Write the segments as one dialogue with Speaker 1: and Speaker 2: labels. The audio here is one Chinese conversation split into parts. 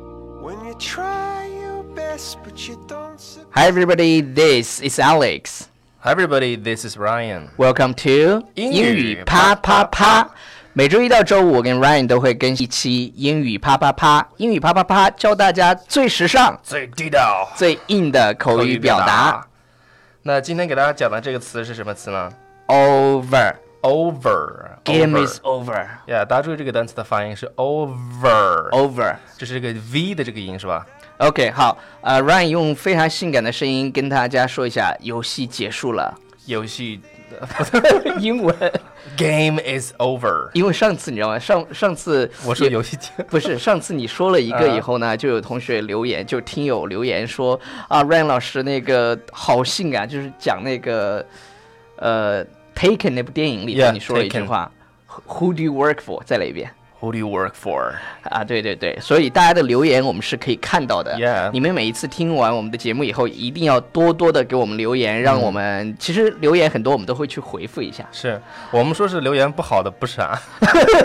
Speaker 1: you try your best, but you don't succeed.
Speaker 2: Hi everybody, this is Alex.
Speaker 3: Hi everybody, this is Ryan.
Speaker 2: Welcome to
Speaker 3: 英语
Speaker 2: 啪
Speaker 3: 啪
Speaker 2: 啪
Speaker 3: 啪
Speaker 2: 啪。每周一到周五，我跟 Ryan 都会更新一期英语啪啪啪。英语啪啪啪，教大家最时尚、
Speaker 3: 最地道
Speaker 2: 最硬的口语表达。。
Speaker 3: 那今天给大家讲的这个词是什么词呢
Speaker 2: Over
Speaker 3: ？Over。
Speaker 2: game is over.
Speaker 3: Yeah，大家注意这个单词的发音是 over。
Speaker 2: Over.
Speaker 3: 这是这个 V 的这个音是吧？
Speaker 2: OK，好，呃，Ryan 用非常性感的声音跟大家说一下，游戏结束了。
Speaker 3: 游戏
Speaker 2: 英文，
Speaker 3: Game is over。
Speaker 2: 因为上次你知道吗？上上次
Speaker 3: 我说
Speaker 2: 也
Speaker 3: 游 戏结
Speaker 2: 不是，上次你说了一
Speaker 3: 啊
Speaker 2: 个以后呢，就有同学留言，就听友留言说啊，Ryan 老师那个好性感，就是讲那个呃《Taken》那部电影里
Speaker 3: Yeah，
Speaker 2: 你说了一句
Speaker 3: Taken
Speaker 2: 话，Who do you work for？再来一遍
Speaker 3: Who do you work for？
Speaker 2: 啊，对对对，所以大家的留言我们是可以看到的。
Speaker 3: Yeah
Speaker 2: 你们每一次听完我们的节目以后，一定要多多的给我们留言，
Speaker 3: 嗯
Speaker 2: 让我们、其实留言很多，我们都会去回复一下。
Speaker 3: 是我们说是留言不好的，不是啊。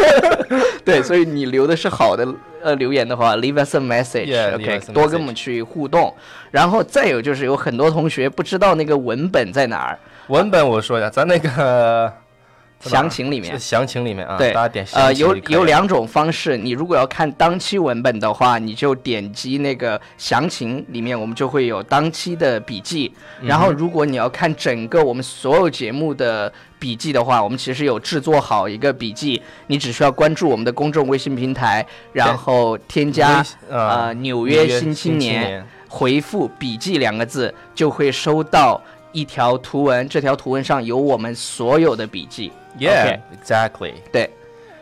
Speaker 2: 对，所以你留的是好的呃留言的话，leave us a
Speaker 3: Yeah,
Speaker 2: message，OK，、
Speaker 3: leave us a
Speaker 2: 多跟我们去互动。然后再有就是有很多同学不知道那个文本在哪儿，
Speaker 3: 文本我说一下，咱那个
Speaker 2: 详情里面。
Speaker 3: 详情里面啊，
Speaker 2: 对，
Speaker 3: 大家点详
Speaker 2: 呃，
Speaker 3: 情
Speaker 2: 有
Speaker 3: 就可以
Speaker 2: 有
Speaker 3: 了
Speaker 2: 两种方式，你如果要看当期文本的话，你就点击那个详情里面，我们就会有当期的笔记。
Speaker 3: 嗯
Speaker 2: 然后，如果你要看整个我们所有节目的笔记的话，我们其实有制作好一个笔记，你只需要关注我们的公众微信平台，然后添加
Speaker 3: 微信啊
Speaker 2: 呃纽
Speaker 3: 纽
Speaker 2: 约
Speaker 3: 约
Speaker 2: 新
Speaker 3: 新
Speaker 2: 青
Speaker 3: 青
Speaker 2: 年
Speaker 3: 年，
Speaker 2: 回复“笔记”两个字，就会收到一条图文，这条图文上有我们所有的笔记。
Speaker 3: Yeah,
Speaker 2: Okay.
Speaker 3: exactly.
Speaker 2: 对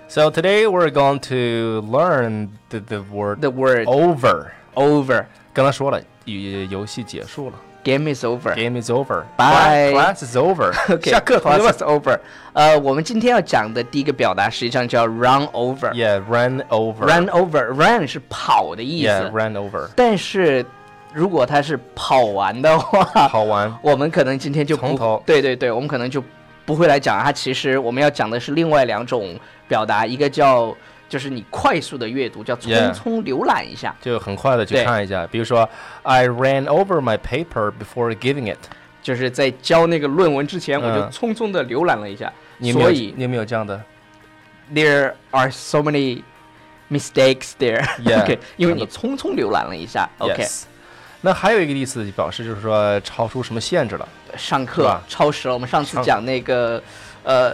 Speaker 3: So today we're going to learn the, the word
Speaker 2: ，the word
Speaker 3: Oh. over.
Speaker 2: over
Speaker 3: 刚才说了，游游戏结束了
Speaker 2: game is over。
Speaker 3: ，game is over.
Speaker 2: Bye.
Speaker 3: Class class is over.
Speaker 2: OK，
Speaker 3: 下课，同学
Speaker 2: class
Speaker 3: 们
Speaker 2: is。over。呃，我们今天要讲的第一个表达实际上叫 run over。
Speaker 3: Yeah, run over.
Speaker 2: run over，run 是跑的意思。
Speaker 3: Yeah, run over.
Speaker 2: 但是如果它是跑完的话，
Speaker 3: 好玩。
Speaker 2: 我们可能今天就不
Speaker 3: 从头
Speaker 2: 对对对，我们可能就不会来讲它。其实我们要讲的是另外两种表达，一个叫就是你快速的阅读，叫匆
Speaker 3: Yeah
Speaker 2: 匆浏览一下
Speaker 3: 就很快的去
Speaker 2: 对
Speaker 3: 看一下，比如说，I ran over my paper before giving it。
Speaker 2: 就是在交那个论文之前，我就
Speaker 3: 嗯
Speaker 2: 匆匆的浏览了一下。
Speaker 3: 你有没有
Speaker 2: 所以
Speaker 3: 你有没有这样的？
Speaker 2: there are so many mistakes there
Speaker 3: Yeah
Speaker 2: OK，因为你匆匆浏览了一下。OK，、
Speaker 3: Yes 那还有一个意思表示就是说超出什么限制了。
Speaker 2: 上
Speaker 3: 是
Speaker 2: 课
Speaker 3: 吧
Speaker 2: 超时了。我们上次
Speaker 3: 上
Speaker 2: 讲那个，呃，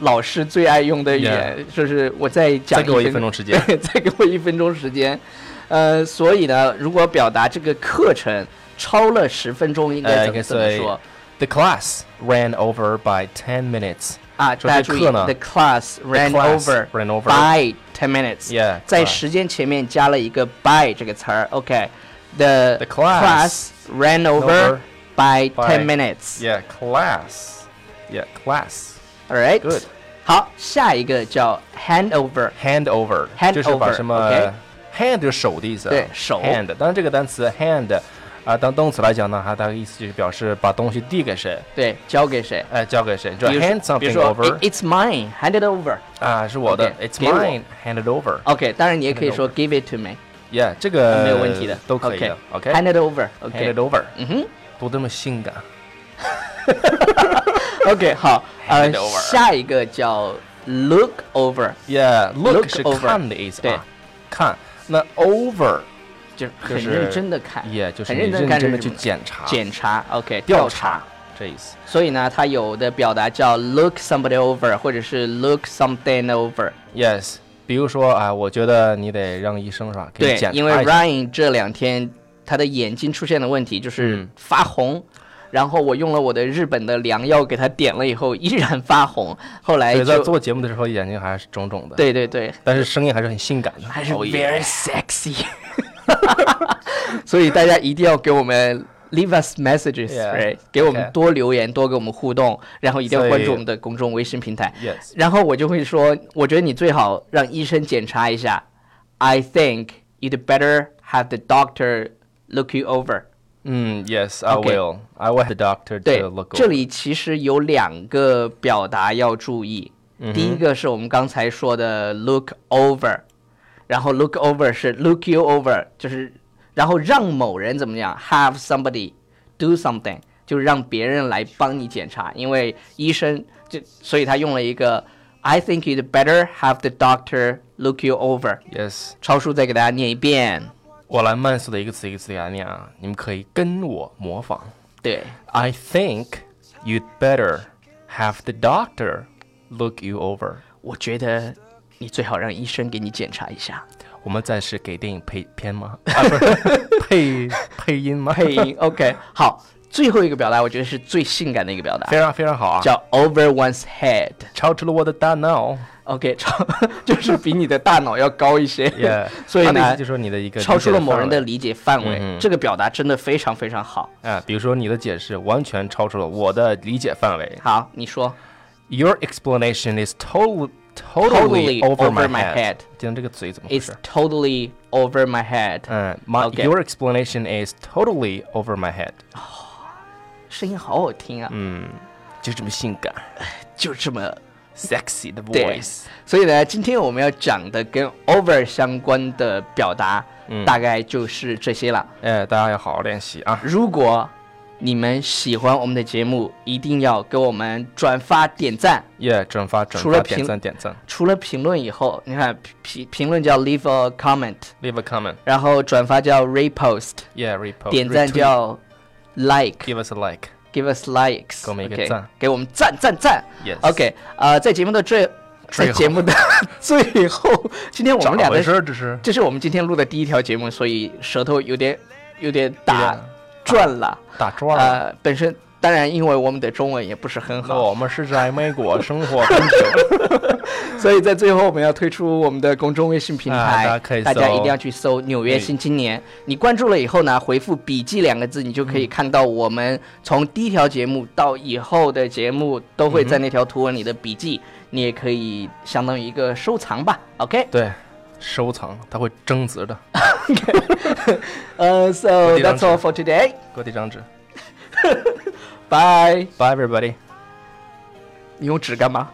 Speaker 2: 老师最爱用的语言就是我再讲
Speaker 3: 再给我
Speaker 2: 一
Speaker 3: 一分钟时间
Speaker 2: 对 再给我一分钟时间。呃，所以呢，如果表达这个课程超了十分钟，应该
Speaker 3: 呃
Speaker 2: 怎
Speaker 3: 应
Speaker 2: 么
Speaker 3: 该
Speaker 2: 怎么
Speaker 3: 所以
Speaker 2: 说
Speaker 3: The class ran over by ten minutes。
Speaker 2: 啊？
Speaker 3: 说
Speaker 2: 大家
Speaker 3: 这
Speaker 2: 注意
Speaker 3: 课呢
Speaker 2: ，the class ran
Speaker 3: class
Speaker 2: over
Speaker 3: ran over
Speaker 2: by ten minutes。
Speaker 3: Yeah，
Speaker 2: 在
Speaker 3: class
Speaker 2: 时间前面加了一个 by 这个词儿。OK，the
Speaker 3: The class
Speaker 2: ran over
Speaker 3: over
Speaker 2: by
Speaker 3: by-
Speaker 2: ten minutes。
Speaker 3: Yeah, class. Yeah, class.
Speaker 2: All right.
Speaker 3: Good.
Speaker 2: 好，下一个叫 hand over。
Speaker 3: Hand over
Speaker 2: Hand
Speaker 3: 就是把
Speaker 2: over，
Speaker 3: 什么
Speaker 2: OK
Speaker 3: hand 就是手的意思啊，
Speaker 2: 对手
Speaker 3: hand。当然这个单词 hand 啊、当动词来讲呢，它的意思就是表示把东西递给谁，
Speaker 2: 对，交给谁？
Speaker 3: 哎、交给谁，就
Speaker 2: 比如
Speaker 3: hand
Speaker 2: 说，比
Speaker 3: something
Speaker 2: 如说
Speaker 3: over
Speaker 2: "It-，It's mine, hand it over."
Speaker 3: 啊，是我的
Speaker 2: OK，
Speaker 3: ，it's
Speaker 2: 给我
Speaker 3: mine, hand it over。
Speaker 2: OK，当然你也可以说
Speaker 3: Hand
Speaker 2: "Give it to me"，
Speaker 3: Yeah，这个
Speaker 2: 啊没有问题的，
Speaker 3: 都可以的。OK，hand
Speaker 2: OK，hand it over。
Speaker 3: it
Speaker 2: OK，
Speaker 3: over，
Speaker 2: 嗯哼
Speaker 3: 多这么性感。
Speaker 2: ，OK，好，呃
Speaker 3: Hand it，over
Speaker 2: 下一个叫 look over，Look
Speaker 3: Yeah，look 是
Speaker 2: over
Speaker 3: 看的意思
Speaker 2: 对
Speaker 3: 啊，看。那 over
Speaker 2: 就是很
Speaker 3: 就是
Speaker 2: 认真的看，
Speaker 3: 也就是
Speaker 2: 啊很
Speaker 3: 你
Speaker 2: 认真
Speaker 3: 认
Speaker 2: 看
Speaker 3: 真的
Speaker 2: 这
Speaker 3: 去
Speaker 2: 种
Speaker 3: 检查、
Speaker 2: 检查，OK，
Speaker 3: 调
Speaker 2: 查
Speaker 3: 查。这意思。
Speaker 2: 所以呢，它有的表达叫 look somebody over，或者是 look something over。
Speaker 3: Yes，比如说啊，我觉得你得让医生是吧？给你
Speaker 2: 对
Speaker 3: 检，查
Speaker 2: 因为
Speaker 3: 一下
Speaker 2: Ryan 这两天他的眼睛出现了问题，就是
Speaker 3: 嗯
Speaker 2: 发红。然后我用了我的日本的良药给他点了以后，依然发红。后来
Speaker 3: 对，在
Speaker 2: 就
Speaker 3: 做节目的时候眼睛还是肿肿的，，
Speaker 2: 对对对，
Speaker 3: 但是声音还是很性感 的，
Speaker 2: 还是
Speaker 3: 哦耶
Speaker 2: very sexy。所以大家一定要给我们 leave us messages，、
Speaker 3: Yeah,
Speaker 2: right? 给我们
Speaker 3: okay
Speaker 2: 多留言，多给我们互动，然后一定要
Speaker 3: 所以
Speaker 2: 关注我们的公众微信平台。
Speaker 3: yes，
Speaker 2: 然后我就会说，我觉得你最好让医生检查一下。I think you'd better have the doctor look you over。
Speaker 3: 嗯，yes，I
Speaker 2: Okay
Speaker 3: will，I will have the doctor
Speaker 2: 对
Speaker 3: to look，
Speaker 2: 这
Speaker 3: over。
Speaker 2: 里其实有两个嗯表达要注意。第一个是我们刚才说的 look over，然后 look over 是 look you over，就是然后让某人怎么样 have somebody do something，就是让别人来帮你检查，因为医生就所以他用了一个 I think you'd better have the doctor look you over。
Speaker 3: Yes，
Speaker 2: 超叔再给大家念一遍，
Speaker 3: 我来慢速的一个词一个词给大家念啊，你们可以跟我模仿。
Speaker 2: 对
Speaker 3: I think you'd better have the doctor look you over。
Speaker 2: 我觉得你最好让医生给你检查一下。
Speaker 3: 我们暂时给电影配片吗？啊，不是配配音吗？
Speaker 2: 配音 OK，好，最后一个表达我觉得是最性感的一个表达
Speaker 3: 非，常非常好啊！
Speaker 2: 叫 over one's head。
Speaker 3: 超出了我的大脑，
Speaker 2: OK，超 就是比你的大脑要高一 些
Speaker 3: Yeah，
Speaker 2: 所以
Speaker 3: 他的意
Speaker 2: 呢
Speaker 3: 思，就是说你的一个
Speaker 2: 超出了某人的
Speaker 3: 理
Speaker 2: 理解范围。
Speaker 3: 嗯哼
Speaker 2: 这个表达真的非常非常好。
Speaker 3: 解范围啊，比如说你的解释完全超出了我的理解范围。
Speaker 2: 好，你说
Speaker 3: Your explanation is totally totally
Speaker 2: Totally
Speaker 3: over
Speaker 2: over my head
Speaker 3: head。今天这个嘴怎么回
Speaker 2: ，It's
Speaker 3: 事？
Speaker 2: totally over my head，、
Speaker 3: 嗯，My
Speaker 2: OK
Speaker 3: your explanation is totally over my head。
Speaker 2: 哦声音好好听啊，
Speaker 3: 嗯就这么性感
Speaker 2: 就这么
Speaker 3: ，sexy 的
Speaker 2: 对
Speaker 3: voice。。
Speaker 2: 所以呢，今天我们要讲的跟 over 相关的表达，
Speaker 3: 嗯
Speaker 2: 大概就是这些了。
Speaker 3: 哎，大家要好好练习啊！
Speaker 2: 如果你们喜欢我们的节目，一定要给我们转发点赞。
Speaker 3: 耶，转发转
Speaker 2: 除了
Speaker 3: 发，
Speaker 2: 评
Speaker 3: 点赞点赞
Speaker 2: 除了评论以后，你看 评评论叫 leave a comment，
Speaker 3: ，leave a comment。
Speaker 2: 然后转发叫 repost，
Speaker 3: Yeah, repost.
Speaker 2: 点赞
Speaker 3: retweet,
Speaker 2: 叫 like，give
Speaker 3: give us a like.
Speaker 2: us likes，
Speaker 3: 哦给我们一个
Speaker 2: OK，
Speaker 3: 赞
Speaker 2: 给我们赞赞赞。
Speaker 3: Yes.
Speaker 2: OK，呃，在节目的最，在
Speaker 3: 最后
Speaker 2: 节目的最后，今天我们俩
Speaker 3: 咋回事
Speaker 2: 的，
Speaker 3: 儿这是
Speaker 2: 这是我们今天录的第一条节目，所以舌头有点有点打
Speaker 3: 有点啊
Speaker 2: 转了。
Speaker 3: 打转了。
Speaker 2: 呃，本身当然因为我们的中文也不是很
Speaker 3: 那
Speaker 2: 好，
Speaker 3: 我们是在美国生活很久，
Speaker 2: 所以在最后，我们要推出我们的公众微信平台，
Speaker 3: 啊大家可以搜哎
Speaker 2: 一定要去搜“纽约新青年”。你关注了以后呢，回复“笔记”两个字，你就可
Speaker 3: 嗯
Speaker 2: 以看到我们从第一条节目到以后的节目都会
Speaker 3: 嗯
Speaker 2: 在那条图文里的笔记，你也可以相当于一个收藏吧。OK，
Speaker 3: 对，收藏它会增值的。
Speaker 2: 呃、s o
Speaker 3: 地方
Speaker 2: that's all for today.
Speaker 3: 给我递张纸
Speaker 2: Bye。
Speaker 3: ，Bye everybody。
Speaker 2: 你用纸干嘛？